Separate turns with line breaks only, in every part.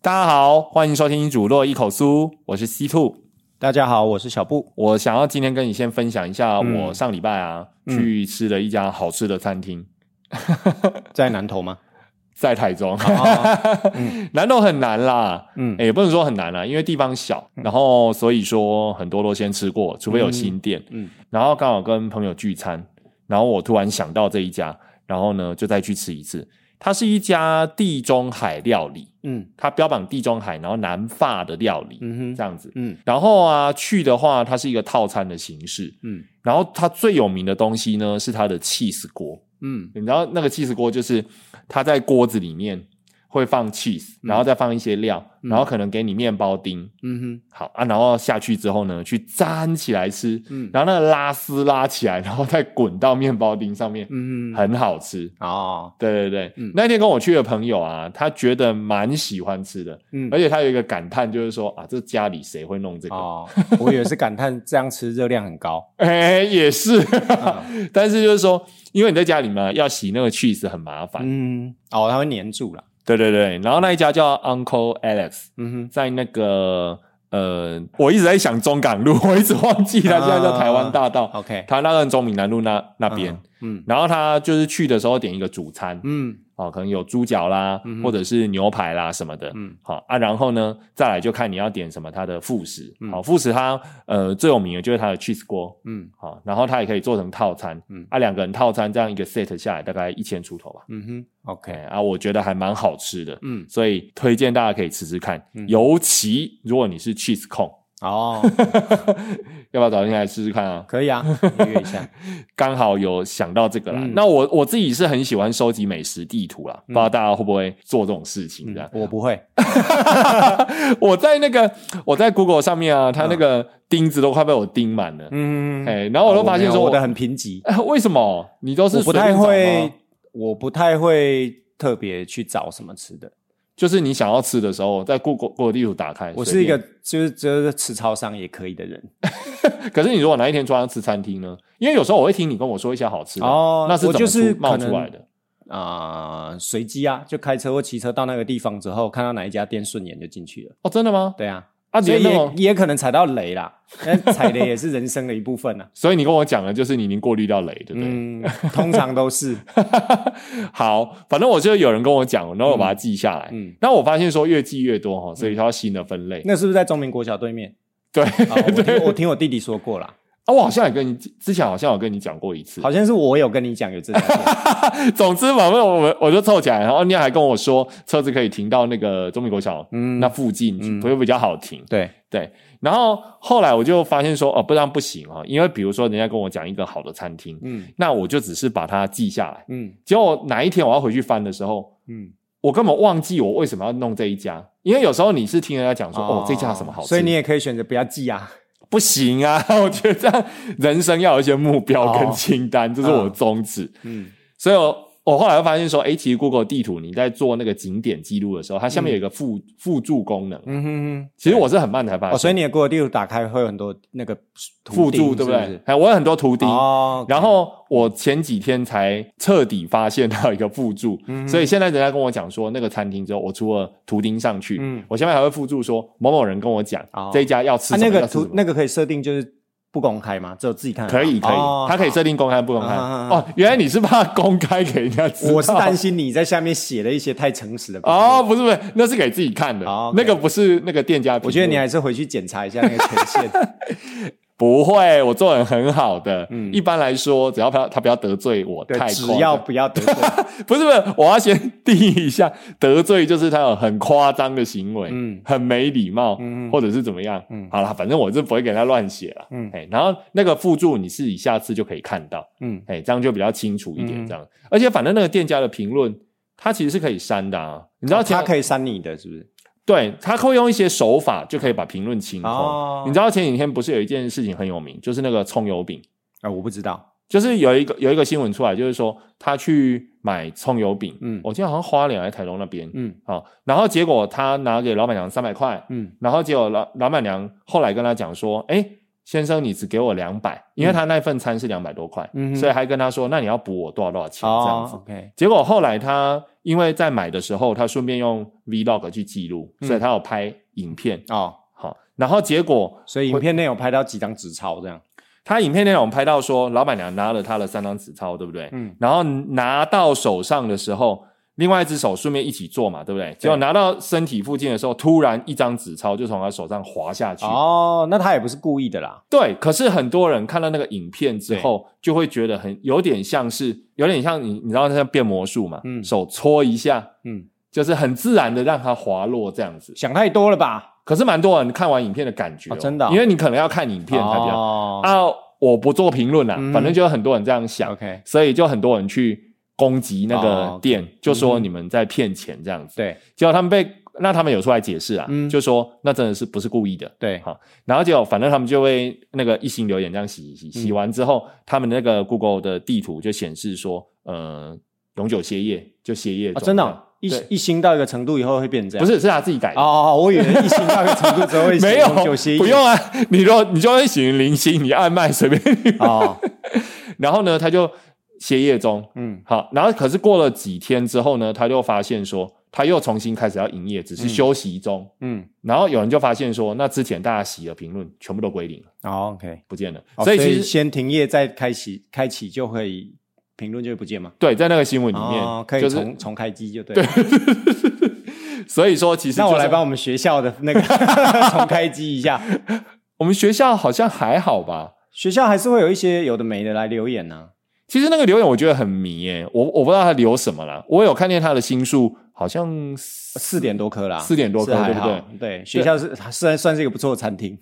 大家好，欢迎收听《煮落一口酥》，我是 C Two。
大家好，我是小布。
我想要今天跟你先分享一下，
嗯
我上礼拜啊、
嗯
去吃了一家好吃的餐厅，
在南投吗？
在台中。
嗯
难都很难啦，哎
嗯
诶也不能说很难啦，因为地方小，然后所以说很多都先吃过，除非有新店。
嗯
然后刚好跟朋友聚餐，然后我突然想到这一家，然后呢就再去吃一次。它是一家地中海料理，
嗯
它标榜地中海，然后南法的料理、
嗯
这
哼，
样子。
嗯
然后啊，去的话它是一个套餐的形式，
嗯
然后它最有名的东西呢是它的 cheese 锅，
嗯
你知道那个 cheese 锅就是它在锅子里面会放 cheese，然后再放一些料，
嗯
然后可能给你面包丁，
嗯哼，
好啊，然后下去之后呢，去粘起来吃，
嗯
然后那个拉丝拉起来，然后再滚到面包丁上面，
嗯哼，
很好吃。
哦，
对对对，
嗯
那天跟我去的朋友啊，他觉得蛮喜欢吃的，
嗯
而且他有一个感叹，就是说啊，这家里谁会弄这个？
哦，我以为是感叹这样吃热量很高。
哎、也是，
啊
但是就是说，因为你在家里嘛，要洗那个 cheese 很麻烦。
嗯，哦，它会粘住了。
对对对，然后那一家叫 Uncle Alex，
嗯
在那个呃，我一直在想中港路， 我一直忘记它
啊
现在叫台湾大道。
哼，OK，
台湾大道跟中闽南路那那
那
边，，
嗯
然后他就是去的时候点一个主餐，
嗯
哦，可能有猪脚啦，
嗯哼
或者是牛排啦什么的，
嗯
好、啊，然后呢，再来就看你要点什么它的副食，好、
嗯
副食它呃最有名的就是它的 cheese 锅，
嗯
好、然后它也可以做成套餐，
嗯
啊，两个人套餐这样一个 set 下来大概一千出头吧，
嗯哼
哎
，OK，
啊，我觉得还蛮好吃的，
嗯，
所以推荐大家可以吃吃看，尤其如果你是 cheese 控，
哦，
要不要找进来试试看啊？
可以啊，约一下。
刚好有想到这个啦。
嗯
那我我自己是很喜欢收集美食地图啦，不知道大家会不会做这种事情
嗯
这样。
我不会。
我在那个我在 Google 上面啊，它那个钉子都快被我钉满了。
嗯
哎、然后我都发现
没有
说
我的很贫瘠，
啊 为什么你都是
我不
随便
太
找吗
会，，我不太会特别去找什么吃的。
就是你想要吃的时候，在 Google Google 地图打开。
我是
随
一个
便，
就是就是吃超商也可以的人。
可是你如果哪一天抓上吃餐厅呢？因为有时候我会听你跟我说一些好吃的，
哦
那是怎
我
么
就是
出冒
可
出
能
来的？
啊、随机啊，就开车或骑车到那个地方之后，看到哪一家店顺眼就进去了。
哦，真的吗？
对啊，
啊，
所
你
以
那种。
也，也可能踩到雷啦，但踩雷也是人生的一部分啊
所以你跟我讲的就是你已经过滤掉雷， 对不对？
嗯，通常都是，
好，反正我就有人跟我讲，然后我把它记下来。
嗯，
那、我发现说越记越多哈，所以它要新的分类。
那是不是在中民国小对面？
对，
啊，我听我听我弟弟说过啦，
啊，我好像也跟你之前好像有跟你讲过一次。
好像是我有跟你讲有这家 店，
总之，反正我们我就凑起来，然后你还跟我说车子可以停到那个中民国小、
嗯，
那附近，
嗯
会比较好停。
对，
对，然后后来我就发现说，哦，不然不行啊，因为比如说人家跟我讲一个好的餐厅，
嗯
那我就只是把它记下来。
嗯
结果哪一天我要回去翻的时候，
嗯，
我根本忘记我为什么要弄这一家，因为有时候你是听人家讲说，哦，这家什么好吃，
啊所以你也可以选择不要记啊。
不行啊。我觉得这样人生要有一些目标跟
哦
清 单，这是我的
嗯
宗旨。
嗯
所以我我后来发现说，诶，其实 Google 地图你在做那个景点记录的时候，它下面有一个附、附注功能。
嗯哼
其实我是很慢才发
哼，
现，
哦，所以你的国地图打开会有很多那个图
附注
钉
对不
是
对？还有我有很多图钉。
哦，
然后我前几天才彻底发现到一个附注，
嗯
所以现在人家跟我讲说那个餐厅之后，我除了图钉上去，
嗯
我下面还会附注说某某人跟我讲、
哦
这一家要吃
啊，
什么，
那
要
个
吃什
图
么
那个可以设定就是不公开吗？只有自己看得到。
可以可以，
哦
它可以设定公开不公开。
啊啊啊
哦，原来你是怕公开给人家知道，
我是担心你在下面写了一些太诚实的评论
哦，，不是不是，那是给自己看的
好，，OK 哦
那个不是那个店家评论。
我觉得你还是回去检查一下那个权 限。
不会，我做人很好的。一般来说，只要他他不要得罪我，太
嗯对，
夸
只要不要得罪。
不是不是，我要先定义一下，得罪就是他有很夸张的行为，
嗯
很没礼貌，
嗯
或者是怎么样。
嗯
好啦，反正我是不会给他乱写了。
嗯
哎，然后那个附注你自己下次就可以看到，
嗯
哎，这样就比较清楚一点。
嗯
这样，而且反正那个店家的评论，他其实是可以删的啊。你知道前
哦他可以删你的，是不是？
对，他会用一些手法就可以把评论清空。
哦
嗯你知道前几天不是有一件事情很有名，就是那个葱油饼，
啊，我不知道。
就是有一个有一个新闻出来，就是说他去买葱油饼，
嗯
我记得好像花莲还是台东那边，
嗯
好、然后结果他拿给老板娘三百块，
嗯
然后结果老老板娘后来跟他讲说，哎，先生你只给我两百，因为他那份餐是两百多块，
嗯嗯哼
所以还跟他说，那你要补我多少多少钱、这样
哦
子。
，OK，
结果后来他因为在买的时候，他顺便用 Vlog 去记录，
嗯
所以他有拍影片。
哦，
好，然后结果
所以影片内有拍到几张纸钞这样，
他影片内容拍到说，老板娘拿了他的三张纸钞，对不对？
嗯
然后拿到手上的时候，另外一只手顺便一起做嘛，对不对？结果拿到身体附近的时候，突然一张纸钞就从他手上滑下去。
哦，那他也不是故意的啦，
对，可是很多人看到那个影片之后，就会觉得很有点像是，有点像你，你知道那像变魔术嘛？
嗯
手搓一下，
嗯，
就是很自然的让它滑落这样子。
想太多了吧？
可是蛮多人看完影片的感觉哦、
哦真的哦
因为你可能要看影片才比较、
哦
啊。我不做评论啦，啊
嗯
反正就有很多人这样想，
，OK，
所以就很多人去攻击那
哦
个
，OK
店，就说
嗯哼
你们在骗钱这样子。
对
结果他们被那他们有出来解释啊，
嗯
就说那真的是不是故意的。
对
好，然后结果反正他们就会那个一星留言这样洗洗洗，洗完之后，他们那
嗯
个 Google 的地图就显示说，呃，永久歇业就歇业
哦，
中断、
真的哦一
对
一星到一个程度以后会变成这
不
样，
是是他自己改的。
哦哦，哦我以为一星到一个程度之后 会
没有
九星，
不用啊！你若你就会行零星，你按麦随便你。
哦，
然后呢，他就歇业中。
嗯
好，然后可是过了几天之后呢，他就发现说，他又重新开始要营业，只是休息中。
嗯，
然后有人就发现说，那之前大家洗的评论全部都归零了，
哦，OK，
不见了。
哦
所以
所
其
以
实
先停业再开启，开启就会评论就会不见嘛。
对，在那个新闻里面，
哦，可以
就
重、
是
重开机就对了。
所以说，其实、
那我来帮
帮
我们学校的 那个重开机一下，
我们学校好像还好吧。
学校还是会有一些有的没的来留言啊呢、
其实那个留言我觉得很迷耶、我我不知道他留什么啦。我有看见他的心数好像
啊，四点多颗啦，
四点多颗
是还
对不对
好？对，学校是 算算是一个不错的餐厅，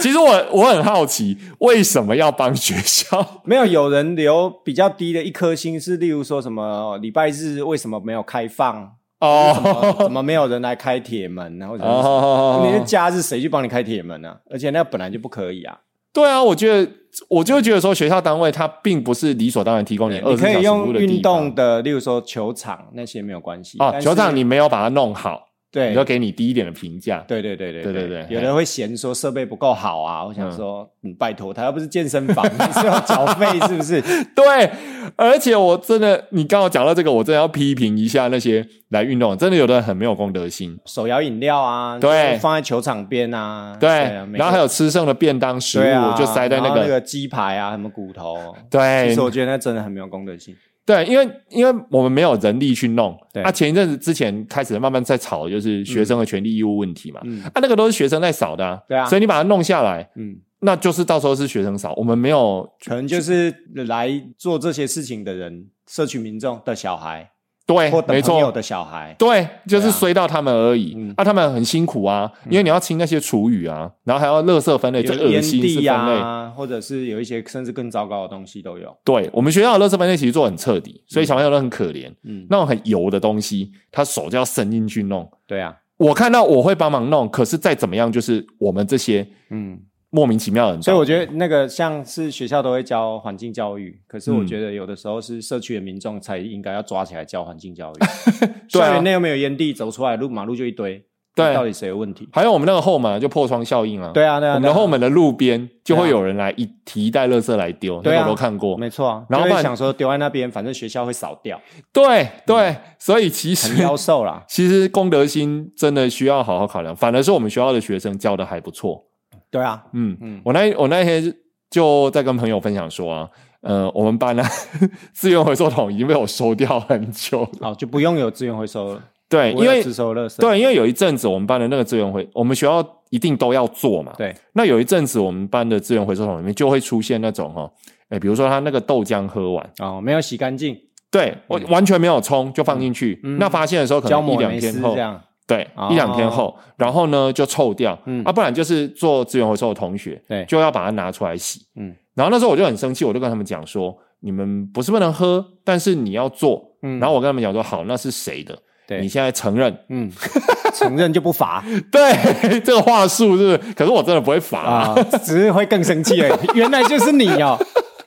其实我我很好奇，为什么要帮学校？
没有有人留比较低的一颗星，是例如说什么哦礼拜日为什么没有开放，怎么
哦
怎么没有人来开铁门啊，或者是什么
哦，
你的假日谁去帮你开铁门呢、啊？而且那本来就不可以啊，
对啊，我觉得我就觉得说，学校单位它并不是理所当然提供你二十
你
四
可
小
以
时服务
用
的地方
运动的，例如说球场那些没有关系
哦，
但是
球场你没有把它弄好，
对
你就给你低一点的评价。
对对对对
对对对
有人会嫌说设备不够好啊，我想说，嗯，拜托，他又不是健身 房，你是要缴费是不是？
对，而且我真的，你刚好讲到这个，我真的要批评一下那些来运动的，真的有的人很没有公德心。
手摇饮料啊，
对
就放在球场边啊，
对，
啊每个
然后还有吃剩的便当食
对
物、
啊，
就塞在
然后
个，哎
那个鸡排啊，什么骨头，其
对
实我觉得那真的很没有公德心。
对，因为因为我们没有人力去弄。
对
啊，前一阵子之前开始慢慢在吵，就是学生的权利义务问题嘛。
嗯
啊，那个都是学生在扫的、啊，
对啊
所以你把它弄下来，
嗯，
那就是到时候是学生扫，我们没有
可能就是来做这些事情的人，社区民众的小孩
对
或，等
哎没
朋
错
友，的小孩，
对，就是
对啊
衰到他们而已。
嗯
啊，他们很辛苦啊，因为你要清那些厨余啊，然后还要垃圾分类，
有
最恶
烟
心是分
蒂
类。
啊，或者是有一些甚至更糟糕的东西都有。
对我们学校的垃圾分类其实做得很彻底，所以小朋友都很可怜。
嗯，
那种很油的东西，他手就要伸进去弄。
对啊，
我看到我会帮忙弄，可是再怎么样，就是我们这些
嗯。
莫名其妙的人，
所以我觉得那个像是学校都会教环境教育，可是我
嗯
觉得有的时候是社区的民众才应该要抓起来教环境教育。
对啊
校园内又没有烟蒂，走出来路马路就一堆，
对
到底谁有问题？
还有我们那个后门啊就破窗效应啊，
对啊，对
我
啊，
们
对
的
啊
后门的路边就会
对啊
有人来一提一袋垃圾来丢，
对
那
啊
个我都看过。
没错啊，
然后
就
不然
会想说丢在那边，反正学校会扫掉，
对对，所以其
嗯 很
实
妖兽啦。
其实公德心真的需要好好考量，反而是我们学校的学生教的还不错。
对啊，
嗯嗯
嗯，
我那我那天就在跟朋友分享说啊，呃，我们班呢、啊、 资源回收桶已经被我收掉很久了，
好就不用有资源回收了，
对，
不
因
要
为
自收垃圾。
对，因为有一阵子我们班的那个资源回，我们学校一定都要做嘛。
对，
那有一阵子我们班的资源回收桶里面就会出现那种哈、哦，哎，比如说他那个豆浆喝完，
哦，没有洗干净，
对我完全没有冲就放进去，
嗯
那发现的时候可
胶
能一
膜也
两
没
天
撕
后
这，样。
对，
哦
一两天后，然后呢就臭掉，
嗯
啊，不然就是做资源回收的同学，
对
就要把它拿出来洗，
嗯，
然后那时候我就很生气，我就跟他们讲说，你们不是不能喝，但是你要做，
嗯
然后我跟他们讲说，好，那是谁的？
对
你现在承认，
嗯， 承认就不罚
对这个话术是不是，可是我真的不会罚、 啊。
啊，只是会更生气而已。原来就是你哦，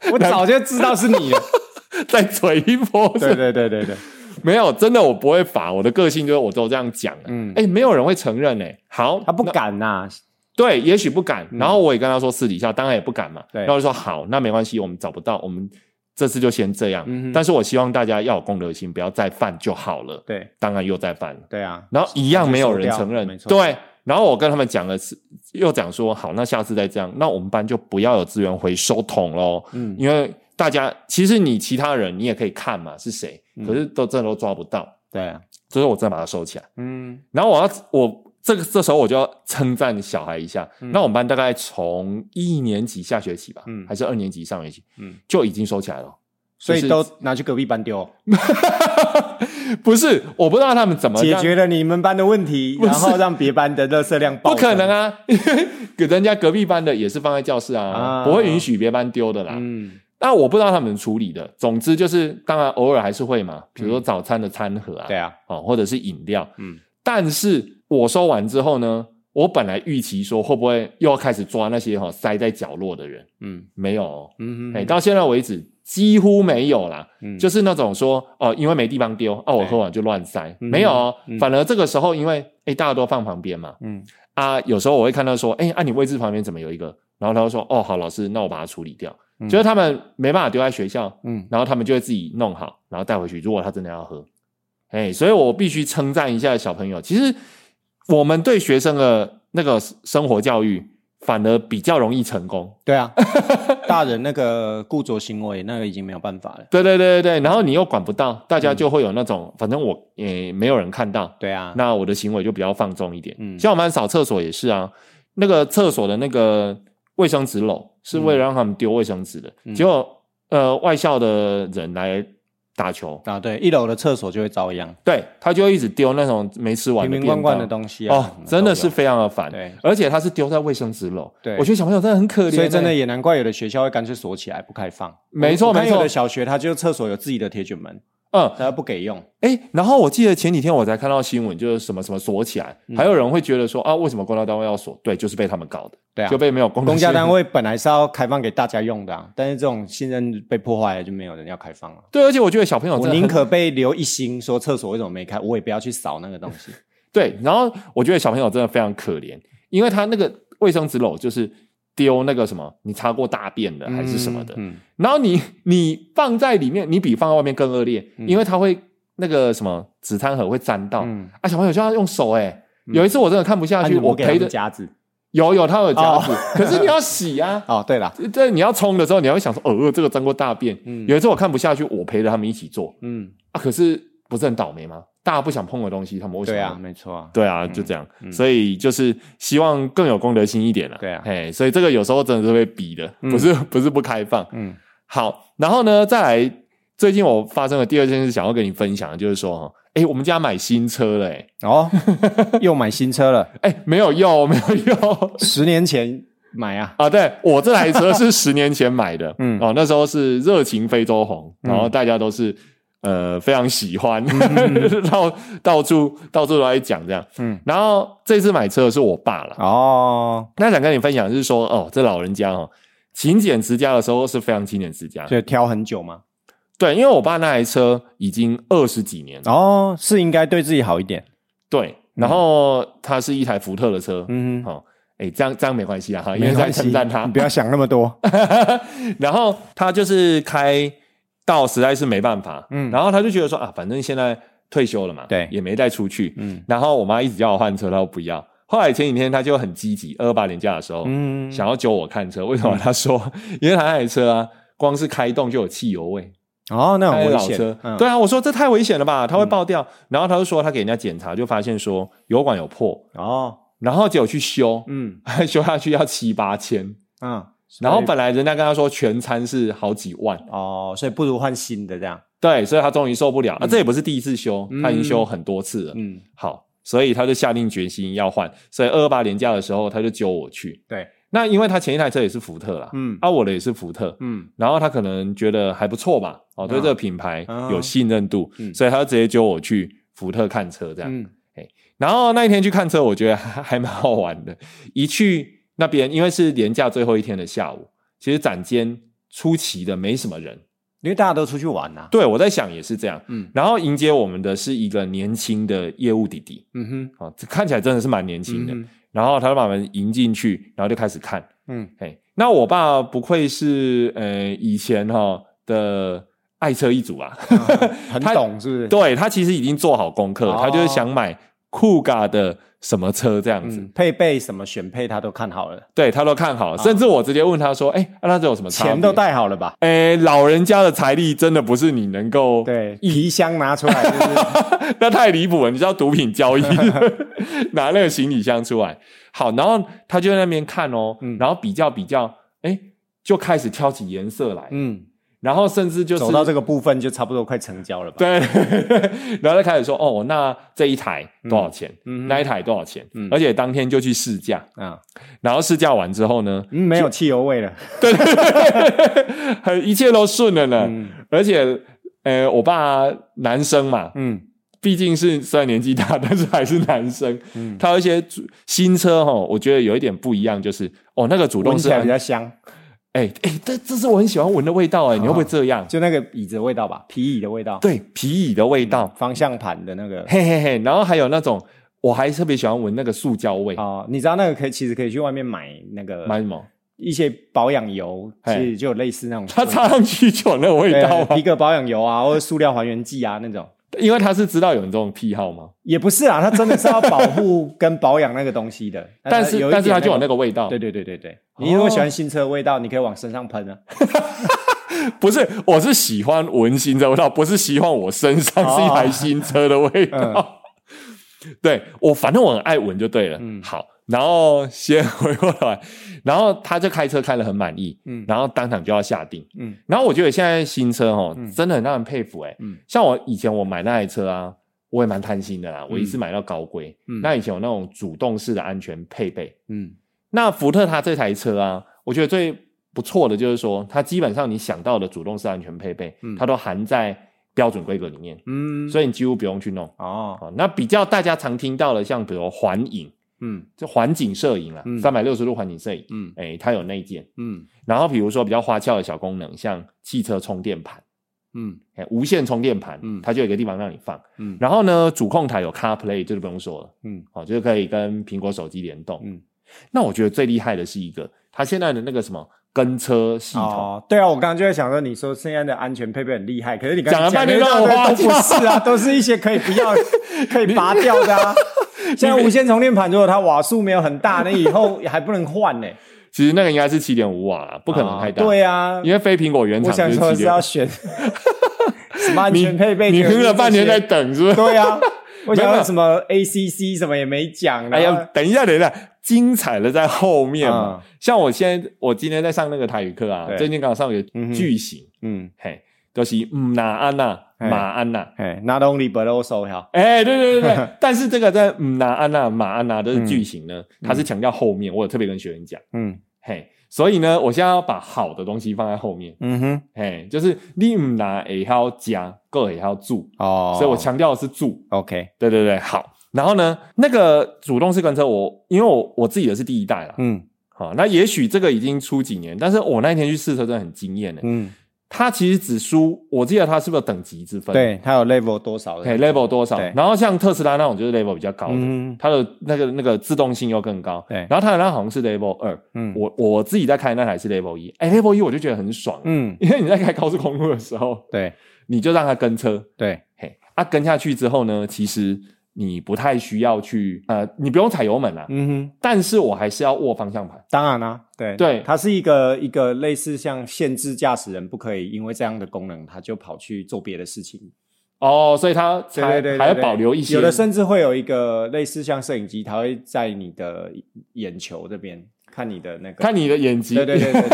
我早就知道是你了。
再嘴一波。
对对对对对，
没有，真的我不会罚，我的个性就是我都这样讲。嗯
嗯，
哎、没有人会承认哎、好，
他不
那
敢呐、
对，也许不敢。然后我也跟他说私底下，当然也不敢嘛。
嗯对
然后就说好，那没关系，我们找不到，我们这次就先这样。
嗯哼
但是我希望大家要有公德心，不要再犯就好了。
对
当然又再犯了，
对啊，
然后一样没有人承
就收掉
认
没。错
对，然后我跟他们讲了是，又讲说好，那下次再这样，那我们班就不要有资源回收桶喽。
嗯
因为大家其实你其他人你也可以看嘛是谁，
嗯
可是都真的都抓不到，
对啊，
所以我真的把它收起来。
嗯
然后我要我这个这时候我就要称赞小孩一下。那我们班大概从一年级下学期吧，
嗯
还是二年级上学期，
嗯，
就已经收起来了。
所
就
以
是
都拿去隔壁班丢，
不是，我不知道他们怎么
解
让。
决了你们班的问题，
是
然后让别班的垃圾量爆
不
增，
可能啊！因为给 人家隔壁班的也是放在教室啊，
啊
不会允许别班丢的啦。
嗯
那我不知道他们处理的。总之就是，当然偶尔还是会嘛，比
嗯
如说早餐的餐盒啊，
对啊，
哦，或者是饮料。
嗯
但是我收完之后呢，我本来预期说会不会又要开始抓那些哈、塞在角落的人，
嗯
没有、哦，
嗯
哎、到现在为止几乎没有啦。
嗯
就是那种说哦，因为没地方丢，哦，我
对
喝完就乱塞，
嗯
没有、哦，
嗯
反而这个时候因为哎大家都放旁边嘛，
嗯
啊，有时候我会看到说，哎、啊，你位置旁边怎么有一个？然后他就说，哦，好，老师，那我把它处理掉。
嗯
就是他们没办法丢在学校，
嗯
然后他们就会自己弄好，然后带回去。如果他真的要喝，哎，所以我必须称赞一下小朋友。其实我们对学生的那个生活教育，反而比较容易成功。
对啊，大人那个固着行为那个已经没有办法了，
对对对对对，然后你又管不到，大家就会有那种，反正我也没有人看到，
对啊，
那我的行为就比较放纵一点。
嗯
像我们扫厕所也是啊，那个厕所的那个卫生纸篓是为了让他们丢卫生纸的，结果呃外校的人来打球，
啊对，一楼的厕所就会遭殃，
对他就一直丢那种没吃完
瓶
的
瓶罐罐的
便
东西
当哦
啊，什么，都
真的是
有
非常的烦
对，
而且他是丢在卫生纸篓，
对
我觉得小朋友真的很可怜欸、
所以真的也难怪有的学校会干脆锁起来不开放。
没错
我看
没错
有的小学它就厕所有自己的铁卷门，
嗯，
它不给用。
哎，然后我记得前几天我才看到新闻，就是什么什么锁起来，
嗯
还有人会觉得说啊，为什么公交单位要锁？对，就是被他们搞的，
对啊
就，被没有公
公家单
位。
位本来是要开放给大家用的、啊，但是这种信任被破坏了，就没有人要开放了。
对，而且我觉得小朋友
我
真的
宁
哦很
可被留一星，说厕所为什么没开，我也不要去扫那个东西。
对，然后我觉得小朋友真的非常可怜，因为他那个卫生纸篓就是丢那个什么，你擦过大便的还是什么的，
嗯，
然后你 你放在里面，你比放在外面更恶劣，因为它会那个什么纸餐盒会沾到、
嗯
啊，小朋友就要用手哎、有一次我真的看不下
那
去，
你
我
我给他
陪
们
着
夹子。
有有他有夹
哦
子， 可是你要洗啊，
哦，对了，
对，你要冲的时候，你还会想说，哦，这个沾过大便。嗯有一次我看不下去，我陪着他们一起做
嗯，
啊，可是不是很倒霉吗？大家不想碰的东西，他们为什么
对
要
啊，没错啊。
对啊，就这样，所以就是希望更有公德心一点了。
对啊
嘿，所以这个有时候真的是被逼的，不是、 不是不开放。
嗯，
好，然后呢，再来，最近我发生的第二件事，想要跟你分享，的就是说，哈，哎，我们家买新车了、诶
哦，又买新车了，
哎，没有用，没有用
十年前买啊。
啊！对我这台车 是十年前买的，嗯，
嗯
哦，那时候是热情非洲红，然后大家都是。呃，非常喜欢， 到到处到处都在讲这样。嗯啊
嗯，
然后这次买车的是我爸了，
哦，
那想跟你分享是说，哦，这老人家哦，勤俭持家的时候是非常勤俭持家。
所以挑很久吗？
对，因为我爸那台车已经二十几年了，
哦，是应该对自己好一点。
对，然后它是一台福特的车，
嗯哼，
哦，哎，这样这样没关系啊，哈，因为
没
在
关系，
称赞他
你，不要想那么多。
然后他就是开到实在是没办法，嗯，
嗯
然后他就觉得说啊，反正现在退休了嘛，
对
也没带出去，嗯
嗯，
然后我妈一直叫我换车，她说不要。后来前几天他就很积极，二八年假的时候，
嗯，
想要揪我看车，为什么？他说， 因为他那台车啊，光是开动就有汽油味，
哦，
他
那很
的
危
老
险
车。。
嗯
对啊，我说这太危险了吧，它会爆掉。然后他就说，他给人家检查，就发现说油管有破，
哦，
然后结果去修，
嗯
修下去要七八千。
嗯，
然后
所以
本来人家跟他说全餐是好几万，
哦，所以不如换新的这样。
对，所以他终于受不了。啊那、这也不是第一次修，他已经修很多次了。
嗯，
好，所以他就下定决心要换。所以二二八年假的时候，他就揪我去。
对，
那因为他前一台车也是福特啦，
嗯
啊，我的也是福特，
嗯
然后他可能觉得还不错吧，哦，对
嗯
这个品牌
嗯
有信任度，
嗯
所以他就直接揪我去福特看车这样。
嗯
然后那一天去看车，我觉得还还蛮好玩的。 一去那边，因为是连假最后一天的下午，其实展间出奇的没什么人，
因为大家都出去玩呐、
对我在想也是这样。
嗯
然后迎接我们的是一个年轻的业务弟弟
嗯哼，
啊，这看起来真的是蛮年轻的。
嗯哼
然后他就把我们迎进去，然后就开始看。
嗯，
哎，那我爸不愧是呃以前哈、的爱车一族啊，
很
他
懂是不是？
对他其实已经做好功课，
哦
他就是想买酷咖的什么车这样子，
嗯，配备什么选配他都看好了，
对他都看好了，甚至我直接问他说：“哎、啊那这有什么差别
钱都带好了吧？
哎，老人家的财力真的不是你能够，
对，皮箱拿出来 就是，
那太离谱了，你知道毒品 交易，拿那个行李箱出来。好，然后他就在那边看哦，
嗯
然后比较比较，哎，就开始挑起颜色来，
嗯，
然后甚至就是
走到这个部分就差不多快成交了吧？
对， 然后就开始说哦，那这一台多少钱？
嗯
那一台多少钱？
嗯
而且当天就去试驾，
啊，
然后试驾完之后 呢，
嗯，没有汽油味了，
很一切都顺了呢。
嗯
而且，呃，我爸男生嘛，
嗯
毕竟是虽然年纪大，但是还是男生。
嗯，
他有一些主新车哈，我觉得有一点不一样，就是哦，那个主
闻
动
起
式
来比
安，
较香，
哎哎，这这是我很喜欢闻的味
啊
道哎，你会不会这样？
就那个椅子的味道吧，皮椅的味道，
对，皮椅的味道，
方向盘的那个。
嘿嘿嘿。然后还有那种，我还特别喜欢闻那个塑胶味，
哦，你知道那个可以，其实可以去外面买那个
买什么？
一些保养油，其
嘿
实就有类似那种味道，
它擦上去就有那个味道
对
啊
皮，革保养油啊，或者塑料还原剂啊那种，
因为他是知道有人这种癖好吗？
也不是啊，它真的是要保护跟保养那个东西的。
但是
呃有一
但是
点
他就有那
个，
个哦味道
对，对对对对，你如果喜欢新车的味道，你可以往身上喷啊。
不是，我是喜欢闻新车味道，不是希望我身上是一
哦
台新车的味
嗯
道。 对我，反正我很爱闻就对了。
嗯
好，然后先回过来，然后他就开车开得很满意，
嗯
然后当场就要下定，
嗯
然后我觉得现在新车哦，
嗯
真的很让人佩服哎、
嗯
像我以前我买那台车啊，我也蛮贪心的啊啦，我一次买到高规。
嗯
那以前有那种主动式的安全配备，
嗯
那福特它这台车啊，我觉得最不错的就是说，它基本上你想到的主动式安全配备，
嗯
它都含在标准规格里面，
嗯，
所以你几乎不用去弄。
哦，
好，那比较大家常听到的，像比如环影，
嗯
就环景摄影啦啊
嗯，
三百六十度环景摄影，
嗯
哎、它有内建。
嗯
然后比如说比较花俏的小功能，像汽车充电盘，
嗯
哎、无线充电盘，
嗯
它就有一个地方让你放。
嗯
然后呢，主控台有 CarPlay，这就不用说了，
嗯
哦，就是可以跟苹果手机联动。
嗯，
那我觉得最厉害的是一个，它现在的那个什么跟车系统，
哦，对啊，我刚刚就在想说，你说现在的安全配备很厉害，可是你刚刚
讲了半天
的
让我花
都不是啊，都是一些可以不 要、可以拔掉的啊。现在无线充电盘，如果它瓦数没有很大，那以后还不能换呢、
其实那个应该是七点五瓦啦，不可能太大。
啊对啊，
因为非苹果原
我
厂
想
就是
说
七
是
点
要，选什么安全配备
你
就是这些
哼了半天在等是不是？
对啊，我想
没
要
有
什么 ACC 什么也没讲，
哎
然后啊
呀，等一下，等一下，精彩的在后面嘛。像我现在，我今天在上那个台语课啊，
嗯对
最近刚好上有
嗯哼
句型，
嗯，
嘿，就是嗯那安娜
嘿
马安娜。
哎，Not only but also 哈，
哎，对对对 对，但是这个在嗯那安娜马安娜的句型呢，它是强调后面，我有特别跟学员讲。
嗯
嘿，所以呢，我现在要把好的东西放在后面。
嗯哼，
嘿，就是你唔拿也要加，够也要住，
哦，
所以我强调的是住。
OK，
对对对，好。然后呢，那个主动式跟车我，因为我我自己的是第一代啦，
嗯
好、那也许这个已经出几年，但是我那一天去试车真的很惊艳呢。
嗯，
它其实只输，我记得它是不是有等级之分？
对，它有 level 多少
嘿
的？
，level 多少
对？
然后像特斯拉那种就是 level 比较高的，
嗯
它的那个那个自动性又更高。
对
然后它的那好像是 level 二，
嗯
我我自己在开那台是 level 一，哎，level 一我就觉得很爽，啊
嗯，
因为你在开高速公路的时候，
对
你就让它跟车，
对，
嘿，啊，跟下去之后呢，其实你不太需要去，呃，你不用踩油门啦、
嗯哼，
但是我还是要握方向盘，
当然啦、对
对
它是一个一个类似像限制驾驶人不可以因为这样的功能，他就跑去做别的事情，
哦，所以它才
对对对对，
还要
对
保留一些，
有的甚至会有一个类似像摄影机，它会在你的眼球这边看你的那个，
看你的眼睛，
对对对对对。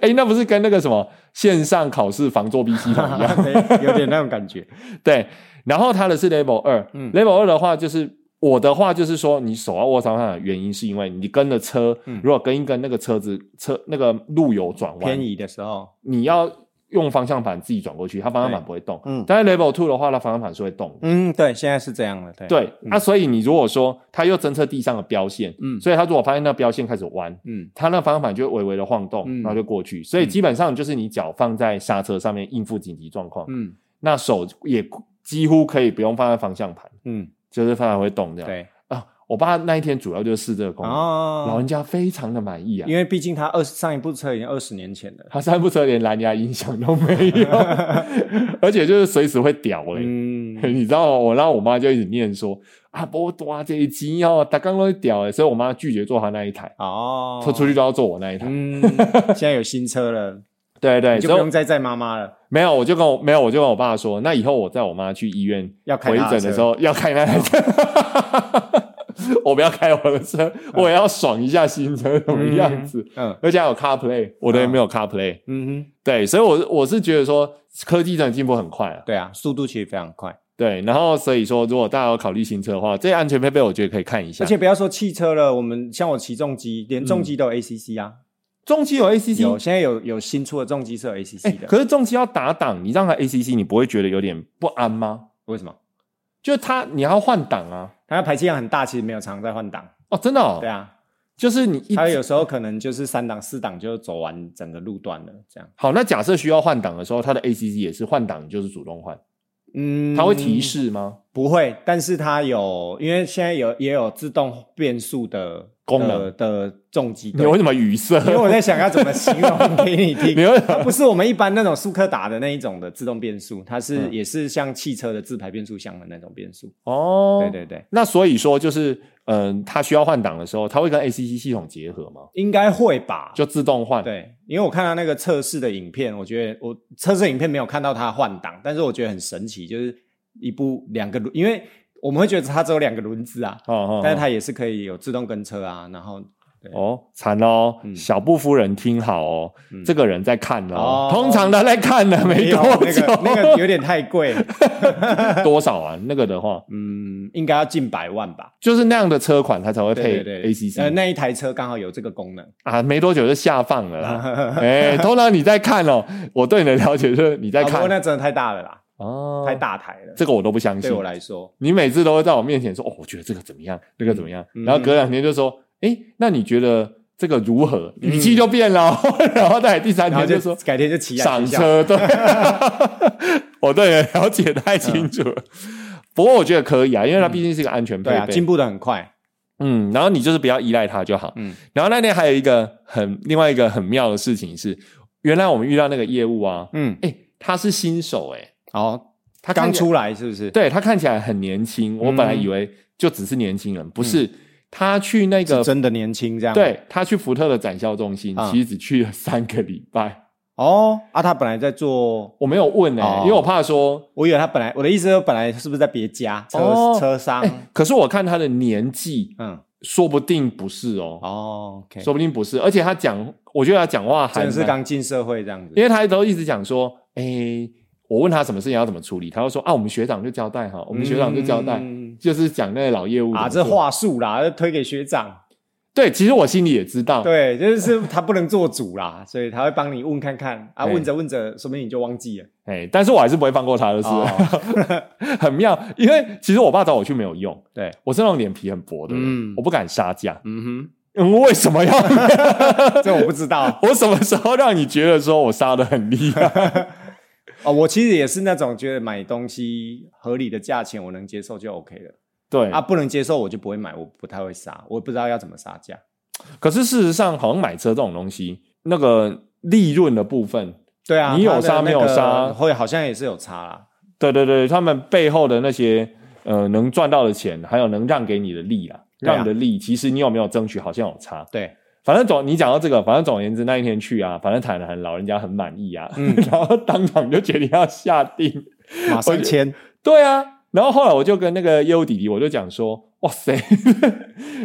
哎、那不是跟那个什么线上考试防作弊系统一样？
对 有点那种 感觉。
对，然后它的是 Level 二、
嗯
l e v e l 二的话就是我的话就是说，你手要握方向盘的原因是因为你跟着车，
嗯
如果跟一跟那个车子车那个路由转
偏
弯，
移的时候，
你要用方向盘自己转过去，它方向盘不会动。
嗯
但是 Level Two 的话，它方向盘是会动的。
嗯，对，现在是这样的，对，
对，那、
嗯
啊、所以你如果说它又侦测地上的标线，
嗯
所以它如果发现那标线开始弯，
嗯
它那方向盘就会微微的晃动，
嗯
然后就过去。所以基本上就是你脚放在刹车上面应付紧急状况，
嗯
那手也几乎可以不用放在方向盘，
嗯，
就是方向盘会动这样。
对
啊，我爸那一天主要就是试这个功能，老
哦，
人家非常的满意啊
因。为毕竟他二十上一部车已经二十年前了，
他三部车连蓝牙音响都没 有，而且就是随时会屌哎、
嗯
你知道吗？我然后我妈就一直念说啊，不多啊这一集哦，他刚刚屌哎、所以我妈拒绝坐他那一台，
哦，
她、出去都要坐我那一台。
嗯，现在有新 车了，
对对
你
哎
就
所
不
以
用
我
再载妈妈了，
没有，我就跟我没有，我就跟我爸说，那以后我载我妈去医院
要开
回
她
诊
的哦
的时候要开那台车， 我不要开我的车，我也要爽一下新车怎么样子。
嗯
而且还有 CarPlay，我的也没有 CarPlay，、
嗯哼，
对，所以我是我是觉得说科技真的进步很快啊。
对啊，速度其实非常快，
对，然后所以说，如果大家有考虑新车的话，这些安全配备我觉得可以看一下。
而且不要说汽车了，我们像我骑重机，连
嗯
重机都有 ACC 啊，
重机有 ACC，
有现在有有新出的重机是有 ACC 的，
哎可是重机要打档，你让它 ACC，你不会觉得有点不安吗？
为什么？
就是它你要换挡啊，
它的排气量很大，其实没有常在换挡，
哦，真的哦，
对啊，
就是你一
它有时候可能就是三档四档就走完整个路段了，这样。
好，那假设需要换挡的时候，它的 ACC 也是换挡就是主动换，
嗯，
它会提示吗？
不会，但是它有，因为现在有也有自动变速的
功能
的的重机，
嗯你
对
为什么语塞？
因为我在想要怎么形容给你
你
听。
为什
它
么
不是我们一般那种速克达的那一种的自动变速，它是、
嗯
也是像汽车的自排变速箱的那种变速。
哦，
对对对，
那所以说就是，嗯、它需要换挡的时候，它会跟 ACC 系统结合吗？
应该会吧？
就自动换？
对，因为我看到那个测试的影片，我觉得我测试影片没有看到它换挡，但是我觉得很神奇，就是一部两个轮，因为我们会觉得它只有两个轮子啊，
哦，哦哦，
但是它也是可以有自动跟车啊，然后
哦，惨哦，
嗯
小布夫人听好哦，
嗯
这个人在看哦
哦，
通常他在看了没
有
多
哎那
久
个，那个 有点太贵，
多少啊？那个的话，
嗯，应该要近百万吧。
就是那样的车款，它才会配
对对对
ACC
呃，那一台车刚好有这个功能，
啊，没多久就下放了
啊
啦。哎，通常你在看哦，我对你的了解就是你在
啊不过
看
那真的太大了啦，
哦，
太，大台了，
这个我都不相信
对。我来说，
你每次都会在我面前说哦，我觉得这个怎么样，那个怎么样，
嗯
然后隔两天就说，哎，那你觉得这个如何？
嗯
语气就变了哦， 然后在第三
然后
天就
就
说
改天就骑来
赏
学校，
车，对，我对人了解太清楚了。 不过我觉得可以啊，因为它毕竟是一个安全配
嗯对啊，
备
进，步的很快，
嗯，然后你就是不要依赖它就好。
嗯
然后那天还有一个很另外一个很妙的事情是，原来我们遇到那个业务啊，
嗯，
哎，他是新手哎、
好，
他看
刚
起来，
出来是不是？
对他看起来很年轻，我
嗯
本来以为就只是年轻人，不是，他去那
是
个。
真的年轻这样，
对他去福特的展销中心，
嗯
其实只去了三个礼拜。
哦，啊，他本来在做，
我没有问哎、
哦
因为我怕说
我以为他本来我的意思，是本来是不是在别家车、
哦
车商？
哎，可是我看他的年纪，
嗯，
说不定不是哦，
哦，OK，
说不定不是。而且他讲，我觉得他讲话还
真的是
蛮，
刚进社会这样子
因，为他都一直讲说，哎、我问他什么事情要怎么处理，他就说啊，我们学长就交代哈，我们学长就交代，
嗯
就是讲那个老业务
啊，
怎
这
么做
话术啦，这推给学长，
对，其实我心里也知道，
对，就是他不能做主啦，所以他会帮你问看看啊，
哎
问着问着，说不定你就忘记了。
哎、但是我还是不会放过
啊
他的事，
哦
很妙。因为其实我爸找我去没有用，
对，
我是那种脸皮很薄的人，
嗯
我不敢杀价。
嗯
嗯，为什么要？
哼， 这我不知道
我什么时候让你觉得说我杀的很厉害？
哦。我其实也是那种觉得买东西合理的价钱我能接受就 OK 了
对
啊，不能接受我就不会买，我不太会杀，我不知道要怎么杀价。
可是事实上，好像买车这种东西，那个利润的部分，
对啊，
你有
它的
杀没有
那个
杀
会好像也是有差啦。
对对对，他们背后的那些呃能赚到的钱，还有能让给你的利啦，
对啊
让你的利，其实你有没有争取，好像有差。
对，
反正总你讲到这个，反正总而言之，那一天去啊，反正谈谈老人家很满意啊，
嗯
然后当场就决定要下定。
马
我觉
上
得
签。
对啊，然后后来我就跟那个业务弟弟，我就讲说，哇塞，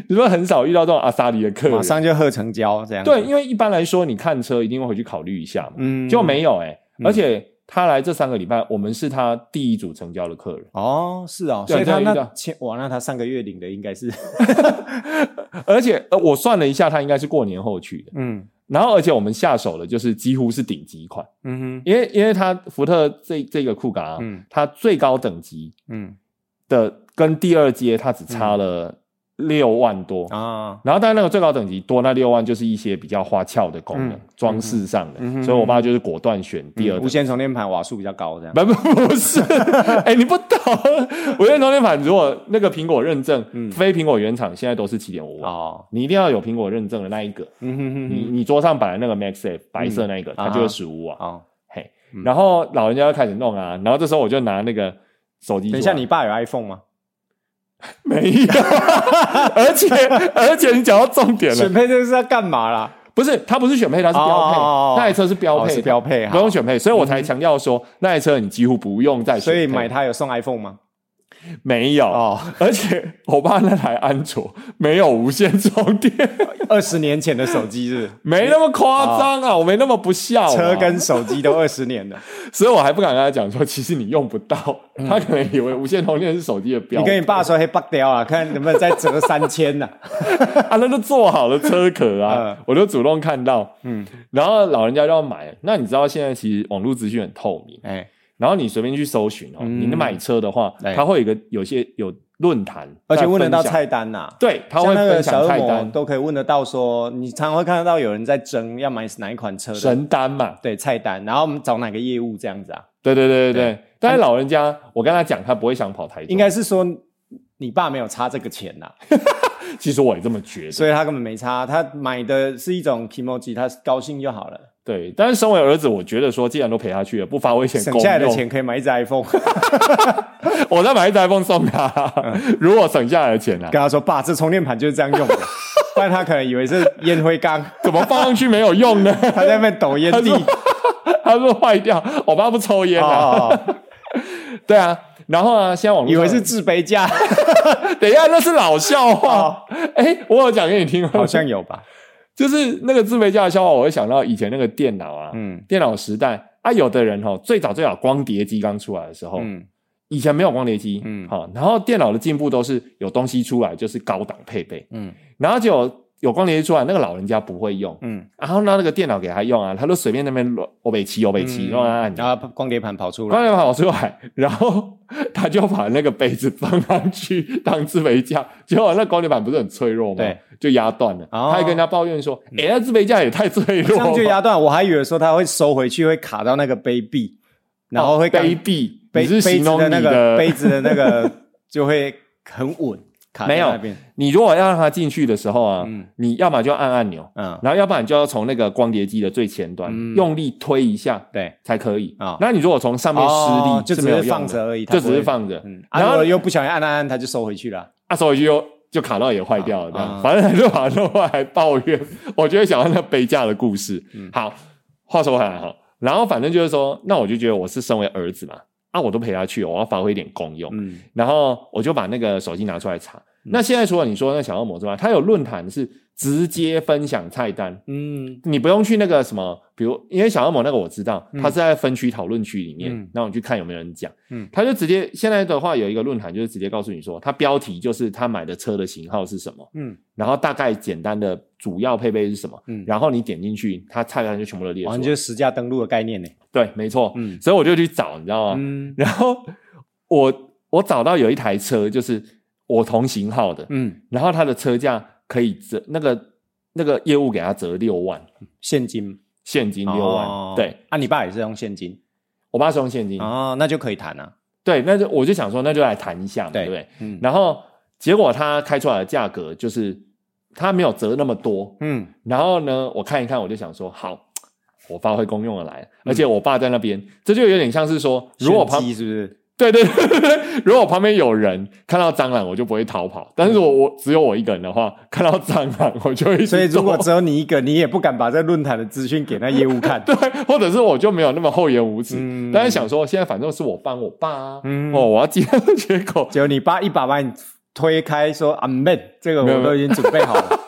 你说很少遇到这种阿萨里的客人
马，上就贺成交这样。
对，，因为一般来说你看车一定会回去考虑一下嘛，
嗯，
就没有哎、
嗯
而且他来这三个礼拜，我们是他第一组成交的客人，
哦，是哦，
对
所以他
这样遇
那
到
前哇，那他上个月领的应该是，
而且呃，我算了一下，他应该是过年后去的，
嗯，
然后而且我们下手的就是几乎是顶级款，
嗯
因为因为它福特这这个酷咖、
哼，嗯
它最高等级
嗯
的跟第二阶它只差了六万多。
啊，
然后，但那个最高等级多那六万就是一些比较花俏的功能，
嗯
装饰上的，
嗯哼
所以我爸就是果断选第二
嗯
等
无
级
线充电盘瓦数比较高，这样
不 不不是，哎、你不懂，无线充电盘如果那个苹果认证，
嗯
非苹果原厂现在都是七点五万，
哦，
你一定要有苹果认证的那一个。
嗯哼哼
你
哼，
你桌上摆的那个 MaxSafe 白色那一个，它就
啊哈
是十五瓦。
哦，
嘿
嗯，
然后老人家就开始弄啊，然后这时候我就拿那个手机出来，
等一下，你爸有 iPhone 吗？
没 有，而且而且你讲到重点了
选，配这个是要干嘛啦？
不是它不是选配，它是标配
哦哦哦哦，
那台车是标
哦
配，
是标配
不用
哈，
选配，所以我才强调说那台车你几乎不用再选
嗯所
配，
以买它有送 iPhone 吗？
没有
哦，
而且我爸那台安卓没有无线充电，
二十年前的手机 是
没那么夸张啊，我没那么不孝、
不
啊。
是哦车跟手机都二十年 了，
所以我还不敢跟他讲说，其实你用不到，他可能以为无线充电是手机的标
嗯你
配。
跟你爸说嘿，拔掉啊，看能不能再折三 千呢？
啊，那就做好了车壳啊，
嗯
我就主动看到，
嗯，
然后老人家就要买。那你知道现在其实网络资讯很透明，
哎，
然后你随便去搜寻哦，
嗯
你买车的话，
对
它会有一个有些有论坛，
而且问得到
在分享，
菜单呐，
对，它
像
会
那
分
个小
享
恶
菜
魔
单、
都可以问得到说，你常会看得到有人在争要买哪一款车的，
神单嘛，
对菜单，然后我们找哪个业务这样子啊？
对对对对对，但是老人家，我跟他讲，他不会想跑台中，
应该是说你爸没有差这个钱 呐，
其实我也这么觉得。
所以他根本没差，他买的是一种 emoji，他高兴就好了，
对，但是身为儿子，我觉得说，既然都陪他去了，不乏危险
省
公
下来的
用，
钱可以买一只 iPhone，
我再买一台 iPhone 送他。
嗯
如果省下来的钱啊，
跟他说爸，这充电盘就是这样用的，不然他可能以为是烟灰缸，
怎么放上去没有用呢？
他在那边抖烟蒂
他，他说坏掉，我爸不抽烟啊。
哦，
对啊，然后啊，现在网络
以
上
为是自卑 架，
等一下，那是老笑话。哎、我有讲给你听
哦好
过，
像有吧，
就是那个自卑架的笑话，我会想到以前那个电脑啊，
嗯
电脑时代啊，有的人哦，最早最早光碟机刚出来的时候，
嗯
以前没有光碟机，
嗯
好、然后电脑的进步都是有东西出来就是高档配备，
嗯
然后就有有光碟机出来，那个老人家不会用，
嗯，
然后拿那个电脑给他用啊，他就随便那边乱欧北七欧北七
嗯
乱按按钮，
然后光碟盘跑出
光
来，
碟盘跑出来，然后他就把那个杯子放上去当自备架，结果那光碟板不是很脆弱吗
对？
就压断了，
哦
他还跟人家抱怨说：“哎、那自备架也太脆
这
弱
样就
了，
压断，我还以为说他会收回去，会卡到那个杯壁，然后会
哦卑
杯
鄙。”
杯
你是
杯
形
子
容
的
你
那个杯子的 那个就会很稳，卡在
没有
那边，
你如果要让他进去的时候啊，
嗯
你要么就按按钮，
嗯，
然后要不然就要从那个光碟机的最前端、
嗯
用力推一下
对，
才可以
啊
那你如果从上面施力、
哦就只
没有
是
用的
放着，而已，它
就
不
只是
会，
放着，
嗯，
然
然
后
后又不小心按按按，它就收回去了，
啊，手机又就卡到也坏掉了，
啊
这样
啊
反正他就把它弄坏还抱怨。我就会想到那杯架的故事。
嗯
好，话说回来哈，然后反正就是说，那我就觉得我是身为儿子嘛，啊，我都陪他去，我要发挥一点功用。
嗯
然后我就把那个手机拿出来查。那现在除了你说那小恶魔之外，它有论坛是直接分享菜单，
嗯
你不用去那个什么，比如因为小恶魔那个我知道，
嗯
它是在分区讨论区里面，
嗯
然后你去看有没有人讲，
嗯
他就直接现在的话有一个论坛，就是直接告诉你说，他标题就是他买的车的型号是什么，
嗯，
然后大概简单的主要配备是什么，
嗯
然后你点进去，它菜单就全部都列出
完
来，
全就是实价登录的概念呢，
对，没错，
嗯
所以我就去找，你知道吗？
嗯
然后我我找到有一台车，就是我同型号的，
嗯，
然后它的车价可以折那个那个业务给他折六万。
现金
现金六万，
哦
对，
啊，你爸也是用现金
我爸是用现金，
哦，那就可以谈啊，
对，那就我就想说，那就来谈一下嘛，对不对？
嗯
然后结果他开出来的价格就是他没有折那么多，
嗯
然后呢，我看一看，我就想说，好，我发挥功用的来了，
嗯
而且我爸在那边，这就有点像是说，如果旁
炫技是不是？
对对对对对，如果旁边有人看到蟑螂，我就不会逃跑，但是我我只有我一个人的话，看到蟑螂我就会，。
所以如果只有你一个，你也不敢把这论坛的资讯给那业务看
对，或者是我就没有那么厚颜无耻，
嗯
但是想说，现在反正是我帮我爸啊，
嗯
哦，我要接到结果，
结果你爸一把把你推开，说 “I'm man”，这个
没有
我
没有
都已经准备好了。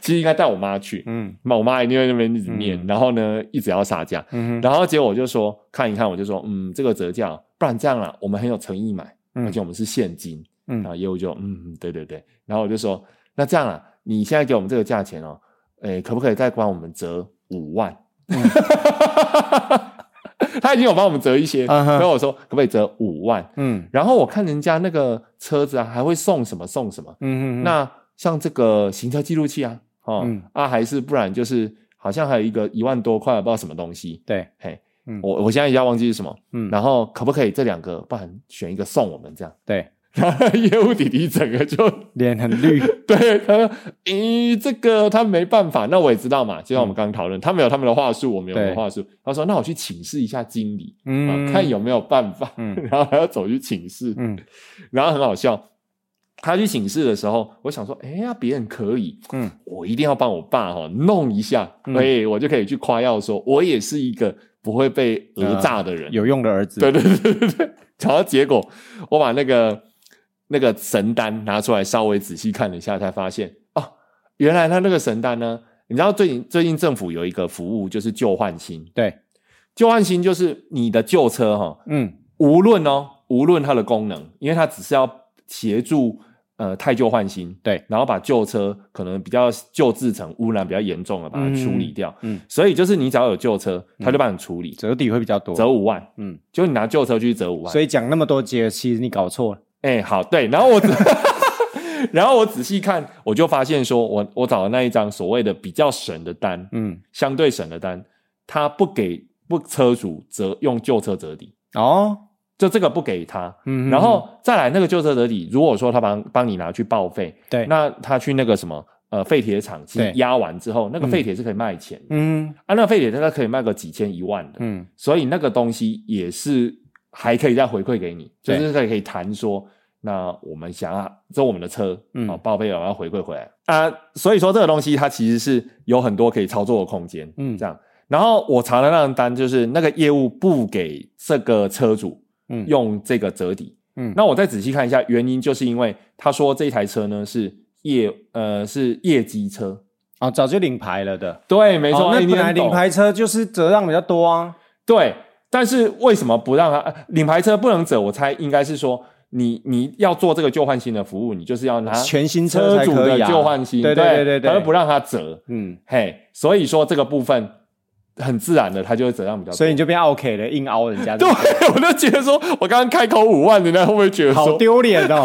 其实应该带我妈去，
嗯
那我妈一定会那边一直念，然后呢一直要杀价，
嗯哼
然后结果我就说看一看，我就说嗯这个折价，不然这样啦，我们很有诚意买，
嗯
而且我们是现金，
嗯
然后业务就嗯对对对，然后我就说那这样啦，你现在给我们这个价钱哦，诶，可不可以再帮我们折五万？
嗯
他已经有帮我们折一些，
嗯哼
然后我说可不可以折五万？
嗯
然后我看人家那个车子啊，还会送什么送什么。
嗯嗯，
那像这个行车记录器啊，哦、
嗯
啊，还是不然就是好像还有一个一万多块，不知道什么东西。
对，
嘿，
嗯
我我现在一下忘记是什么。
嗯
然后可不可以这两个，不然选一个送我们这样？
对，
然后业务弟弟整个就
脸很 绿，
对他说：“咦，这个他没办法。”那我也知道嘛，就像我们刚刚讨论，他们有他们的话术，我们有我们的
嗯对
话术。他说：“那我去请示一下经理，啊
嗯，
看有没有办法。”
嗯
然后还要走去请示，
嗯
然后很好笑。他去请示的时候，我想说，哎呀，别人可以，
嗯
我一定要帮我爸哈、弄一下，
嗯
所以我就可以去夸耀说，我也是一个不会被
啊
讹诈的人。
有用的儿子，
对对对对对。 然后结果我把那个那个神单拿出来稍微仔细看了一下，才发现哦，原来他那个神单呢，你知道最近最近政府有一个服务就是旧换新，
对，
旧换新就是你的旧车哈、
嗯
无论哦，无论它的功能，因为它只是要协助呃太旧换新，
对，
然后把旧车可能比较旧制成污染比较严重的把它处理掉，
嗯，
所以就是你只要有旧车，它就帮你处理，
折抵会比较多，
折五万，
嗯，
就你拿旧车去折五万，
所以讲那么多节，其实你搞错了，
哎、好，对，然后我仔， 然后我仔细看，我就发现说，我我找的那一张所谓的比较省的单，
嗯，
相对省的单，他不给不车主折用旧车折抵，
哦，
就这个不给他。
嗯，
嗯然后再来那个旧车折抵，如果说他帮帮你拿去报废，
对，
那他去那个什么呃废铁厂去
对
压完之后，那个废铁是可以卖钱的、
嗯
啊，那个废铁它可以卖个几千一万的，
嗯
所以那个东西也是还可以再回馈给你，就
对
是可以可以谈说，那我们想要这我们的车，
嗯
啊，报废了我要回馈回来啊，所以说这个东西它其实是有很多可以操作的空间，
嗯
这样。然后我查了那张单，就是那个业务不给这个车主
嗯，
用这个折抵，
嗯
那我再仔细看一下，原因就是因为他说这台车呢是业呃是业绩车，
哦，早就领牌了的，
对，没错，
哦
哎
那
你
本
很
来领
懂
牌车就是折让比较多啊，
对，但是为什么不让他呃领牌车不能折？我猜应该是说你你要做这个旧换新的服务，你就是要拿
全新车
车
才
主
可
的
以啊，
旧换新，
对对对对
他就不
对，
让他折，
嗯，
嘿，所以说这个部分很自然的，他就会折让比较多。
所以你就变 OK 了，硬凹人家，
对， 啊我就觉得说，我刚刚开口五万，人家会不会觉得
好
说
丢脸 哦，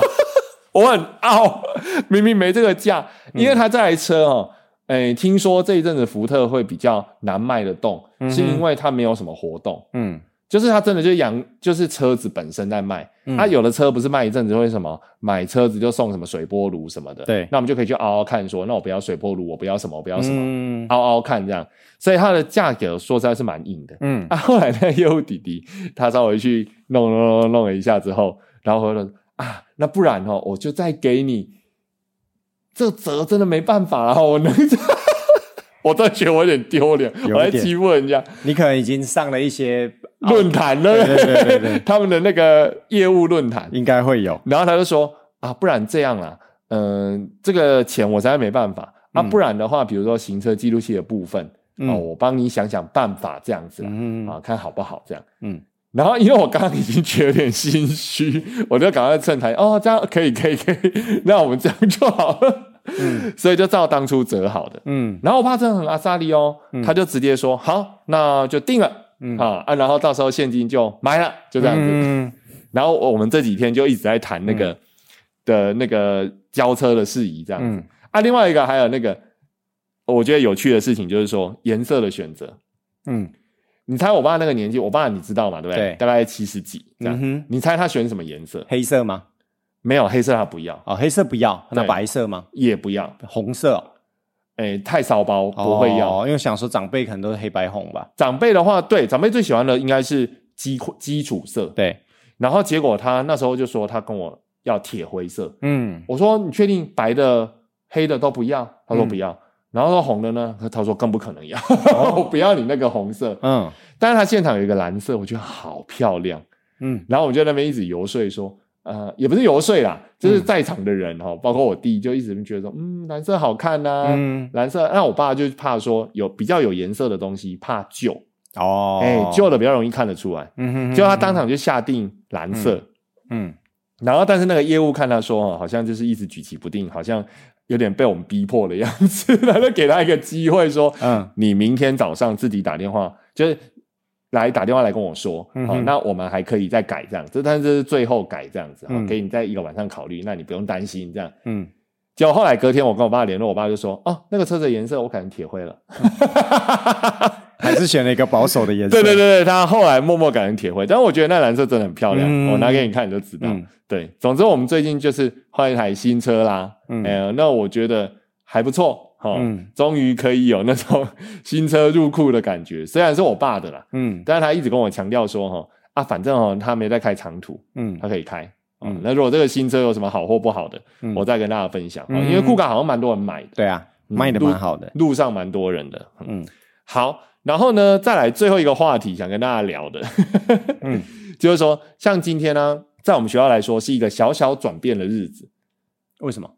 我很傲？ 明明没这个价，
嗯
因为他这台车哦，诶，听说这一阵子福特会比较难卖得动，
嗯哼
是因为它没有什么活动。
嗯
就是它真的就是养，就是车子本身在卖。它、
嗯
有的车不是卖一阵子会什么，买车子就送什么水波炉什么的。
对
那我们就可以去凹凹看说那我不要水波炉，我不要什么，我不要什么，
嗯
凹凹看这样。所以它的价格说实在是蛮硬的。
嗯
啊，后来那个业务弟弟他稍微去弄弄弄弄弄了一下之后，然后回来说啊，那不然哦，我就再给你这折，真的没办法了、我能。 我真的觉得我有点丢脸，
有一
我在
点
欺负人家。
你可能已经上了一些
论坛了，
对对对对
他们的那个业务论坛。
应该会有，
然后他就说啊，不然这样啦，嗯、这个钱我实在没办法啊，
嗯
不然的话，比如说行车记录器的部分、哦，
嗯
我帮你想想办法这样子啦，
嗯
啊，看好不好这样。
嗯
然后，因为我刚刚已经觉得有点心虚， 我就赶快趁台哦，这样可以，可以，可以， 那我们这样就好了。
嗯
所以就照当初折好的。
嗯
然后我爸真的很阿萨利哦，
嗯
他就直接说好，那就定了。
嗯
啊啊，然后到时候现金就买了，就这样子。
嗯
然后我们这几天就一直在谈那个、的那个交车的事宜，这样子、
嗯
啊。另外一个还有那个，我觉得有趣的事情就是说颜色的选择。
嗯
你猜我爸那个年纪，我爸你知道嘛，对不对？
对
大概七十几这样。
嗯哼，
你猜他选什么颜色？
黑色吗？
没有黑色他不要，
哦，黑色不要，那
对
白色吗？
也不要，
红色哦
哎，太骚包不会要。
哦因为想说长辈可能都是黑白红吧。
长辈的话，对长辈最喜欢的应该是基基础色。
对，
然后结果他那时候就说他跟我要铁灰色，
嗯
我说你确定白的、黑的都不要？他说不要。然后说红的呢，他说更不可能要， 我不要你那个红色。
哦嗯
但是他现场有一个蓝色，我觉得好漂亮。
嗯
然后我就在那边一直游说说，呃，也不是游说啦，
嗯
就是在场的人哈、哦，包括我弟，就一直觉得说，嗯，蓝色好看呐、
嗯，
蓝色，那我爸就怕说有比较有颜色的东西怕旧，
哦，
哎、旧的比较容易看得出来，
嗯哼，嗯
就他当场就下定蓝色，
嗯
然后，但是那个业务看他说，哦，好像就是一直举棋不定，好像有点被我们逼迫的样子， 然后给他一个机会说，
嗯，
你明天早上自己打电话，就是来打电话来跟我说，好、
嗯哼
那我们还可以再改这样子，但是这是最后改这样子，好、
嗯
给你在一个晚上考虑，那你不用担心这样。
嗯，
结果后来隔天我跟我爸联络，我爸就说，哦，那个车子的颜色我改成铁灰了。
还是选了一个保守的颜色。
对对对，对，他后来默默改成铁灰，但我觉得那蓝色真的很漂亮，
嗯
我拿给你看你就知道。
嗯
对，总之我们最近就是换一台新车啦，嗯、
嗯
那我觉得还不错，哈、
嗯
终于可以有那种 新车入库的感觉。虽然是我爸的啦，
嗯
但是他一直跟我强调说，哈啊，反正哦，他没在开长途，
嗯
他可以开。嗯
嗯，
那如果这个新车有什么好或不好的，
嗯
我再跟大家分享。哦
嗯
因为酷卡好像蛮多人买的，
对啊，卖的蛮好的。
路上蛮多人的。嗯
嗯
好，然后呢，再来最后一个话题，想跟大家聊的，
嗯
就是说，像今天呢、在我们学校来说是一个小小转变的日子。
为什么？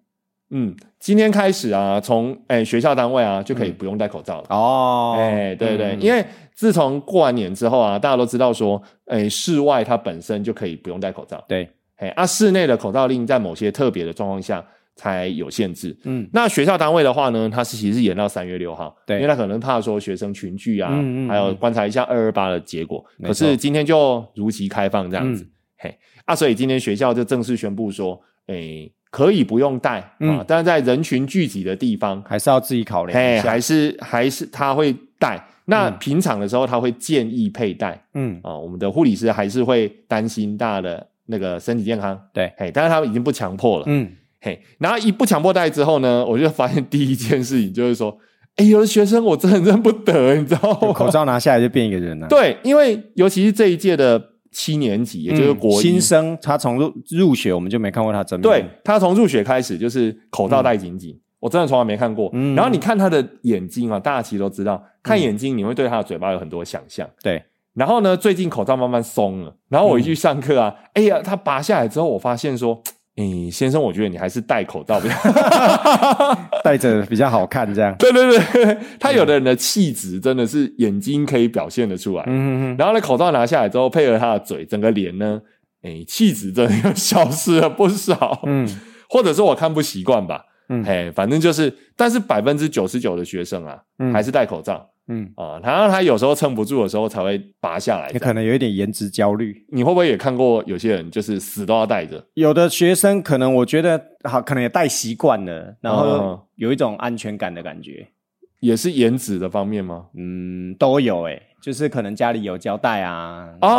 嗯，今天开始啊，从哎、学校单位啊就可以不用戴口罩了。
嗯哦，
哎、对对，
嗯
因为自从过完年之后啊，大家都知道说，哎、室外它本身就可以不用戴口罩，
对，
哎、啊，室内的口罩令在某些特别的状况下才有限制。
嗯
那学校单位的话呢，它是其实是延到三月六号，
对
因为他可能怕说学生群聚啊，
嗯嗯嗯嗯
还有观察一下二二八的结果。
没
可
错
是今天就如期开放这
嗯
样子，嘿啊，所以今天学校就正式宣布说，诶、可以不用戴、啊
嗯，
但是在人群聚集的地方，
还是要自己考量
嘿，
一下。
还是还是他会戴。那
嗯
平常的时候他会建议佩戴
嗯，
啊，我们的护理师还是会担心大家的那个身体健康，
对，
嘿，但是他们已经不强迫了，
嗯
嘿，然后一不强迫戴之后呢，我就发现第一件事情就是说，哎，有的学生我真的认不得，你知道吗？
口罩拿下来就变一个人啊了。
对，因为尤其是这一届的七年级，也
嗯，
就是国一、
新生，他从入入学我们就没看过他真面。
对，他从入学开始就是口罩戴紧紧，我真的从来没看过。
嗯
然后你看他的眼睛啊，大家其实都知道，看眼睛你会对他的嘴巴有很多想象。
对，
然后呢，最近口罩慢慢松了，然后
嗯
我一去上课啊，哎呀，他拔下来之后，我发现说。诶、先生，我觉得你还是戴口罩比较。
戴着比较好看这样
对对对，
嗯
他有的人的气质真的是眼睛可以表现得出来，
嗯嗯
然后呢，口罩拿下来之后，配合他的嘴，整个脸呢，诶，气质真的又消失了不少。
嗯，
或者是我看不习惯吧，
嗯
嘿，反正就是，但是百分之九十九的学生啊，
嗯
还是戴口罩
嗯，
啊、然后他有时候撑不住的时候才会拔下来
也。可能有一点颜值焦虑。
你会不会也看过有些人就是死都要戴着？
有的学生可能我觉得好，可能也戴习惯了，然
哦
后有一种安全感的感觉。
也是颜值的方面吗？
嗯，都有诶、就是可能家里有胶带啊。然后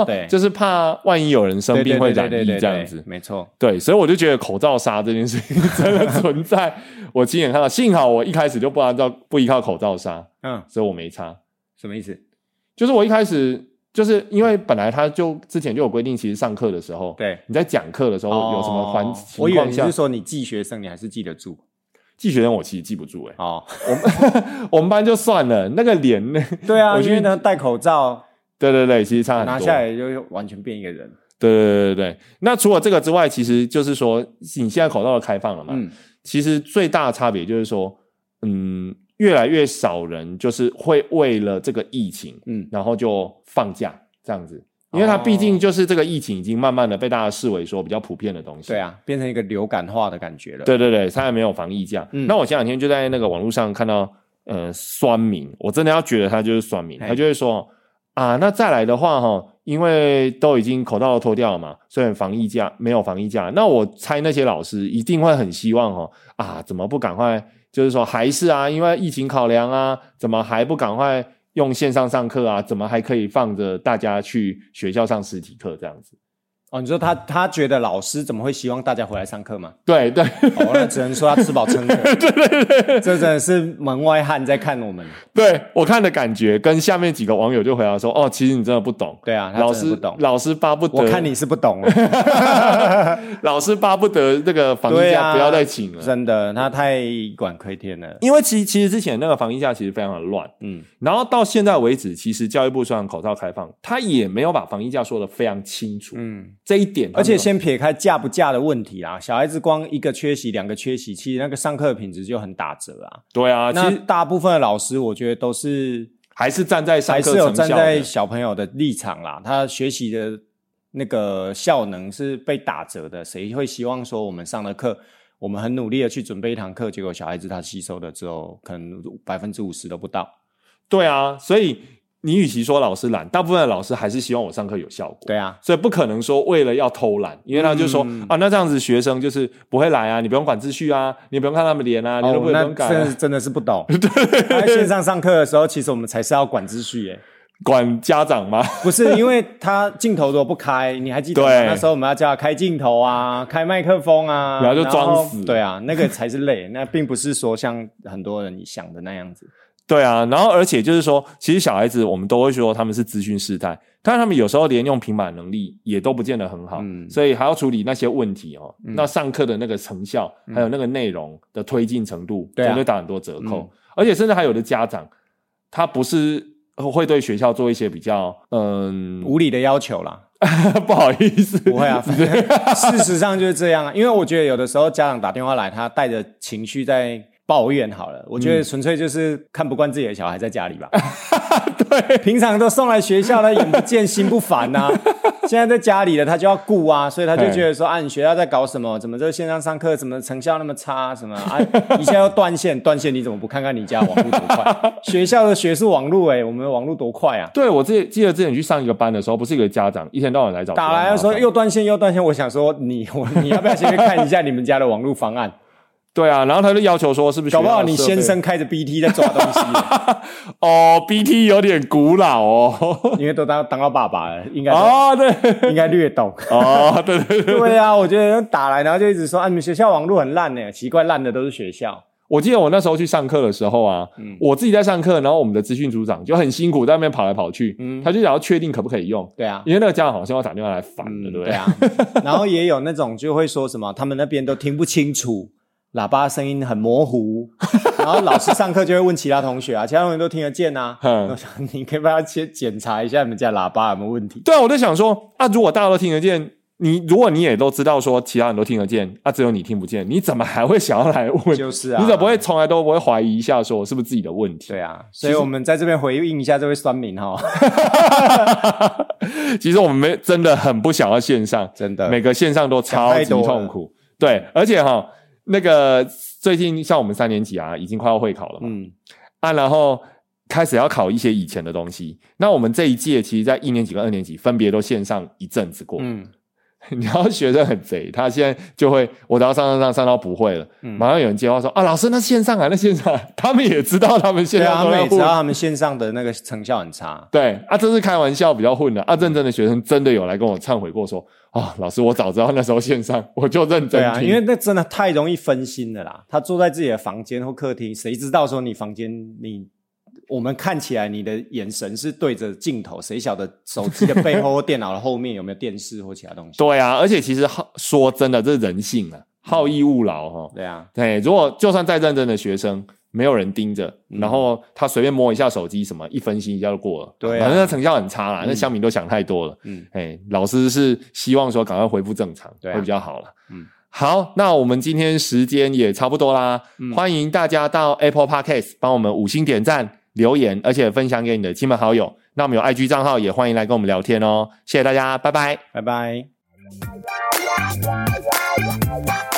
哦，
对，
就是怕万一有人生病会染
对
疫
对对对对
这样子
对。没错。
对，所以我就觉得口罩杀这件事情 真的存在，我亲眼看到。幸好我一开始就不按照不依靠口罩杀，
嗯，
所以我没擦。
什么意思？
就是我一开始就是因为本来他就之前就有规定，其实上课的时候，
对，
你在讲课的时候有什么环
哦
情
我以为
况
你
下
是，说你记学生，你还是记得住
记学生我其实记不住哎、
哦。
我们班就算了，那个脸，那
对啊，
我
因
去
为呢，戴口罩
对对对，其实差很多。
拿下来就完全变一个人。
对对对对对。那除了这个之外，其实就是说你现在口罩的开放了嘛，
嗯
其实最大的差别就是说，嗯，越来越少人就是会为了这个疫情，
嗯
然后就放假这样子，因为它
哦
毕竟就是这个疫情已经慢慢的被大家视为说比较普遍的东西。
对啊，变成一个流感化的感觉了。，
对对对，它还没有防疫假。
嗯
那我前两天就在那个网络上看到，呃，酸民，我真的要觉得他就是酸民，
嘿
他就会说啊，那再来的话哈，因为都已经口罩都脱掉了嘛，虽然防疫假没有防疫假，那我猜那些老师一定会很希望哈啊，怎么不赶快，就是说还是啊，因为疫情考量啊，怎么还不赶快？用线上上课啊，怎么还可以放着大家去学校上实体课这样子？
哦，你说他他觉得老师怎么会希望大家回来上课吗？
对对，
哦，那只能说他吃饱 撑的。对对对，这真的是门外汉在看我们。
对我看的感觉，跟下面几个网友就回答说：“哦，其实你真的不懂，
对啊，他
老
真
师
的不懂。
老师巴不得
我看你是不懂哦，
老师巴不得这个防疫
对
假
啊
不要再请了，
真的，他太管窥天了。
因为其实其实之前那个防疫假其实非常的乱，
嗯
然后到现在为止，其实教育部虽然口罩开放，他也没有把防疫假说的非常清楚，
嗯，
这一点他
而
没有，
且先撇开假不假的问题啦，小孩子光一个缺席、两个缺席，其实那个上课的品质就很打折啊。
对啊，其
那
实
大部分的老师，我觉得都是
还是站在上
还
课
是有
成
站
效
在
的，
小朋友的立场啦，他学习的那个效能是被打折的，谁会希望说我们上的课我们很努力的去准备一堂课，结果小孩子他吸收的只有可能百分之五十都不到。
对啊，所以你与其说老师懒，大部分的老师还是希望我上课有效果。
对啊，
所以不可能说为了要偷懒，因为他就说、
嗯
啊，那这样子学生就是不会来啊，你不用管秩序啊，你不用看他们脸啊，你都不用不
哦，那
用改、
真的
啊
是，真的是不 懂。他在线上上课的时候，其实我们才是要管秩序耶，
管家长吗？
不是因为他镜头如果不开，你还记得吗
对
那时候我们要叫他开镜头啊，开麦克风啊，
然后就装死
对啊，那个才是累，那并不是说像很多人想的那样子。
对啊，然后而且就是说，其实小孩子我们都会说他们是资讯世代，但他们有时候连用平板能力也都不见得很好，
嗯
所以还要处理那些问题哦。那上课的那个成效，还有那个内容的推进程度，
嗯对啊
绝对打很多折扣。
嗯
而且甚至还有的家长，他不是会对学校做一些比较嗯，
无理的要求啦，
不好意思，
不会啊，反正事实上就是这样啊。因为我觉得有的时候家长打电话来，他带着情绪在抱怨好了，我觉得纯粹就是看不惯自己的小孩在家里吧。对，平常都送来学校，他眼不见心不烦呐、现在在家里了，他就要顾啊，所以他就觉得说啊，你学校在搞什么？怎么这线上上课怎么成效那么差？什么啊？一下又断线，断线你怎么不看看你家网络多快？学校的学术网络哎、我们的网络多快啊！
对我记记得之前去上一个班的时候，不是一个家长一天到晚来找
打来的时候
麻烦
又断线又断线，我想说你 我你要不要先去看一下你们家的网 络方案？
对啊，然后他就要求说是不是
搞不好
学校
你
设备
先生开着 BT 在抓东 西，
哦，BT 有点古老 哦，
因为都当当到爸 爸了，应该、
哦 对。
应该略懂。
哦，对对对，
对啊，我觉得打来然后就一直说啊，你们学校网络很烂呢，奇怪烂的都是学校。
我记得我那时候去上课的时候啊，
嗯
我自己在上课，然后我们的资讯组长就很辛苦在那边跑来跑去，
嗯
他就想要确定可不可以用，
对啊，
因为那个家长好像要打电话来烦了，
嗯
对不
对啊。 然后也有那种就会说什么，他们那边都听不清楚，喇叭声音很 模糊，然后老师上课就会问其他同学啊，其他同学都听得 见啊。
嗯
我想你可以帮他先检查一下你们家喇叭有没有问题。
对啊，我就想说啊，如果大家都听得见，你如果你也都知道说其他人都听得见，啊，只有你听不见，你怎么还会想要来问？
就是啊，
你怎么不会从来都不会怀疑一下说是不是自己的问题？
对啊，所以我们在这边回应一下这位酸民哈，
其实我们没真的很不想要线上，
真的
每个线上都超级痛苦。对，而且哈，那个最近像我们三年级啊，已经快要会考了嘛，
嗯，
啊，然后开始要考一些以前的东西。那我们这一届其实，在一年级跟二年级分别都线上一阵子过。
嗯，
你要学生很贼，他现在就会，我只要上上上上到不会了，
嗯
马上有人接话说啊，老师，那线上啊，那线上啊、他们也知道他们线
对啊，
上
他
都
们
在
也知
混
道他们线上的那个成效很差，
对啊，这是开玩笑，比较混的啊。认真的学生真的有来跟我忏悔过说，啊，老师，我早知道那时候线上我就认真
对啊，
听
因为那真的太容易分心了啦。他坐在自己的房间或客厅，谁知道说你房间你我们看起来你的眼神是对着镜头，谁晓得手机的背后或电脑的后面有没有电视或其他东西？
对啊，而且其实好说真的，这是人性啊，好逸恶劳哈、哦。
对啊，
对，如果就算再认真的学生，没有人盯着，
嗯
然后他随便摸一下手机什么，一分心一下就过了。
对啊
反正那成效很差啦，那乡民都想太多了。
嗯，
哎，老师是希望说赶快恢复正常，
对啊
会比较好了。
嗯，
好，那我们今天时间也差不多啦，
嗯
欢迎大家到 Apple Podcast 帮我们五星点赞、留言，而且分享给你的亲朋好友。那我们有 IG 账号，也欢迎来跟我们聊天哦。谢谢大家，拜拜。
拜拜。
Yeah.